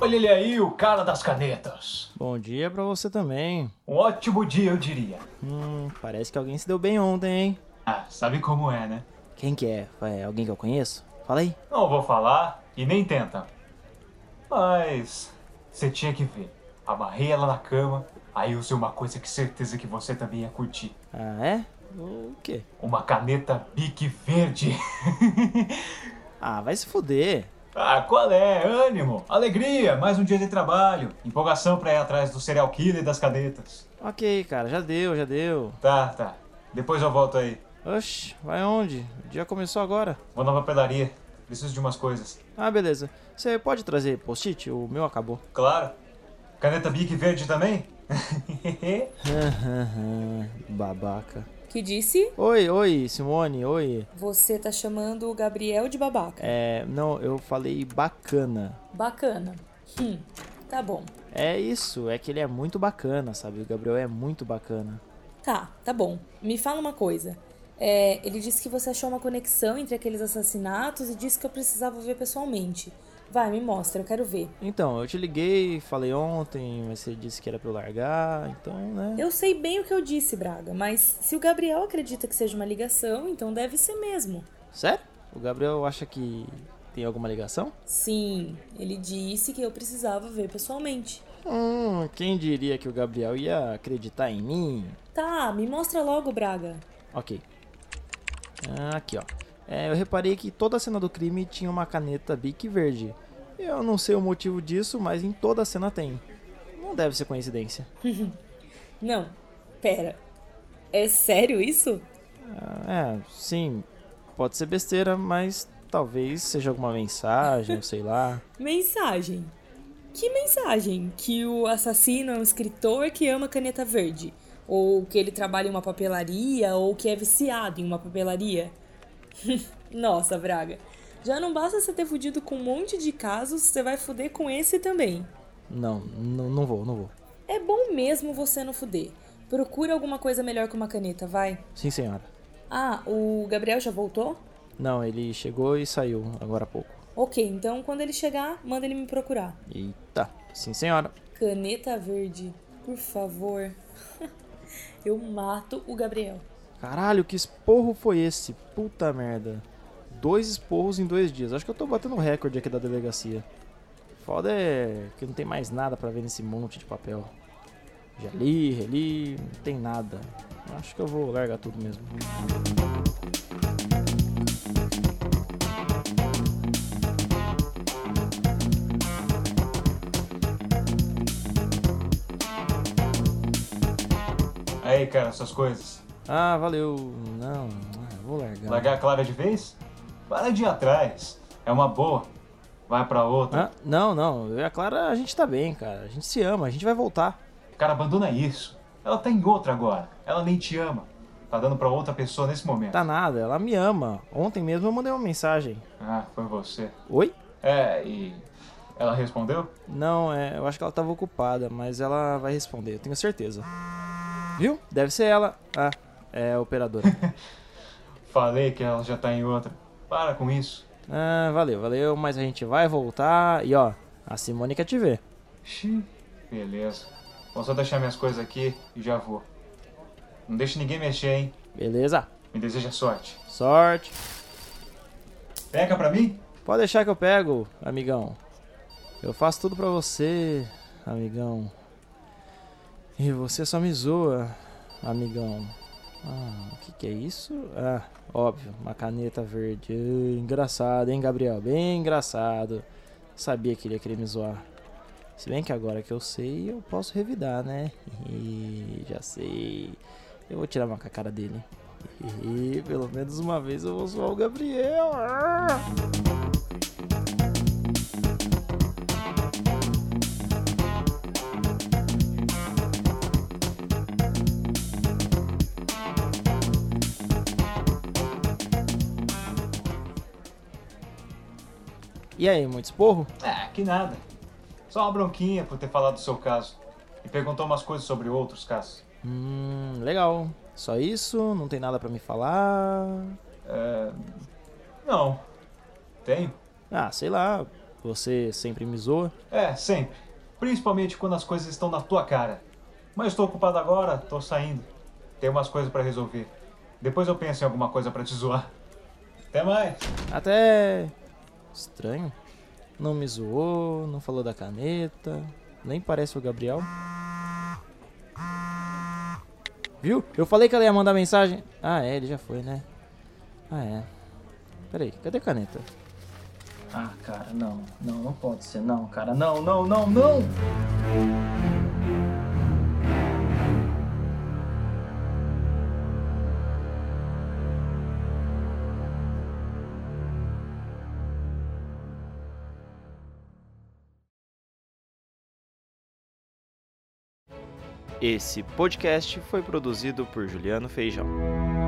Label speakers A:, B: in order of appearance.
A: Olha ele aí, o cara das canetas.
B: Bom dia pra você também.
A: Um ótimo dia, eu diria.
B: Hum, parece que alguém se deu bem ontem, hein?
A: Ah, sabe como é, né?
B: Quem que é? É alguém que eu conheço? Fala aí.
A: Não vou falar e nem tenta. Mas você tinha que ver. Amarrei ela na cama, aí usei uma coisa que certeza que você também ia curtir.
B: Ah, é? O quê?
A: Uma caneta Bic verde.
B: Ah, vai se fuder.
A: ah, qual é? Ânimo, alegria, mais um dia de trabalho, empolgação pra ir atrás do serial killer e das canetas.
B: Ok, cara, já deu, já deu.
A: Tá, tá. Depois eu volto aí.
B: Oxi, vai onde? O dia começou agora.
A: Vou na papelaria. Preciso de umas coisas.
B: Ah, beleza. Você pode trazer post-it? O meu acabou.
A: Claro. Caneta Bic verde também?
B: Babaca.
C: Que disse?
B: Oi, oi, Simone, oi.
C: Você tá chamando o Gabriel de babaca.
B: É, não, eu falei bacana.
C: Bacana. Hum, tá bom.
B: É isso, é que ele é muito bacana, sabe? O Gabriel é muito bacana.
C: Tá, tá bom. Me fala uma coisa. É, ele disse que você achou uma conexão entre aqueles assassinatos e disse que eu precisava ver pessoalmente. Vai, me mostra, eu quero ver.
B: Então, eu te liguei, falei ontem, mas você disse que era pra eu largar, então, né?
C: Eu sei bem o que eu disse, Braga, mas se o Gabriel acredita que seja uma ligação, então deve ser mesmo.
B: Sério? O Gabriel acha que tem alguma ligação?
C: Sim, ele disse que eu precisava ver pessoalmente.
B: Hum, quem diria que o Gabriel ia acreditar em mim?
C: Tá, me mostra logo, Braga.
B: Ok. Ah, Aqui, ó. É, eu reparei que toda a cena do crime tinha uma caneta Bic verde. Eu não sei o motivo disso, mas em toda a cena tem. Não deve ser coincidência.
C: Não, pera. É sério isso?
B: É, sim, pode ser besteira, mas talvez seja alguma mensagem, eu sei lá.
C: Mensagem. Que mensagem? Que o assassino é um escritor que ama caneta verde. Ou que ele trabalha em uma papelaria, ou que é viciado em uma papelaria. Nossa, Braga. Já não basta você ter fudido com um monte de casos, você vai fuder com esse também.
B: Não, não, não vou, não vou.
C: É bom mesmo você não fuder. Procura alguma coisa melhor que uma caneta, vai.
B: Sim, senhora.
C: Ah, o Gabriel já voltou?
B: Não, ele chegou e saiu agora há pouco.
C: Ok, então quando ele chegar, manda ele me procurar.
B: Eita, sim, senhora.
C: Caneta verde, por favor. Eu mato o Gabriel.
B: Caralho, que esporro foi esse? Puta merda. Dois esporros em dois dias. Acho que eu tô batendo um recorde aqui da delegacia. Foda é que não tem mais nada pra ver nesse monte de papel. Já li, reli, não tem nada. Acho que eu vou largar tudo mesmo.
A: Aí, cara, suas coisas.
B: Ah, valeu. Não, ah, eu vou largar.
A: Largar a Clara de vez? Para de ir atrás. É uma boa. Vai pra outra.
B: Ah, não, não. Eu e a Clara, a gente tá bem, cara. A gente se ama, a gente vai voltar.
A: Cara, abandona isso. Ela tá em outra agora. Ela nem te ama. Tá dando pra outra pessoa nesse momento.
B: Tá nada, ela me ama. Ontem mesmo eu mandei uma mensagem.
A: Ah, foi você.
B: Oi?
A: É, e. Ela respondeu?
B: Não, é, eu acho que ela tava ocupada, mas ela vai responder, eu tenho certeza. Viu? Deve ser ela. Ah, é a operadora.
A: Falei que ela já tá em outra. Para com isso.
B: ah, valeu, valeu, mas a gente vai voltar e ó, a Simone quer te ver.
A: Xiii. Beleza. Vou só deixar minhas coisas aqui e já vou. Não deixe ninguém mexer, hein?
B: Beleza?
A: Me deseja sorte.
B: Sorte.
A: Pega pra mim?
B: Pode deixar que eu pego, amigão. Eu faço tudo pra você, amigão. E você só me zoa, amigão. Ah, o que, que é isso? Ah, óbvio, uma caneta verde. Ah, Engraçado, hein, Gabriel? Bem engraçado. Sabia que ele ia querer me zoar. Se bem que agora que eu sei, eu posso revidar, né? Já sei. Eu vou tirar uma com a cara dele. Pelo menos uma vez eu vou zoar o Gabriel. Ah! E aí, muito esporro?
A: É, que nada. Só uma bronquinha por ter falado do seu caso. E perguntou umas coisas sobre outros casos.
B: Hum, legal. Só isso? Não tem nada pra me falar?
A: Não. Tenho?
B: Ah, sei lá. Você sempre me zoa?
A: É, sempre. Principalmente quando as coisas estão na tua cara. Mas estou ocupado agora, tô saindo. Tem umas coisas pra resolver. Depois eu penso em alguma coisa pra te zoar. Até mais!
B: Até. Estranho. Não me zoou, não falou da caneta, nem parece o Gabriel. Viu? Eu falei que ela ia mandar mensagem. Ah, é, ele já foi, né? Ah, é. Peraí, cadê a caneta?
D: Ah, cara, não. Não, não pode ser. Não, cara, não, não, não, não!
E: Esse podcast foi produzido por Juliano Feijão.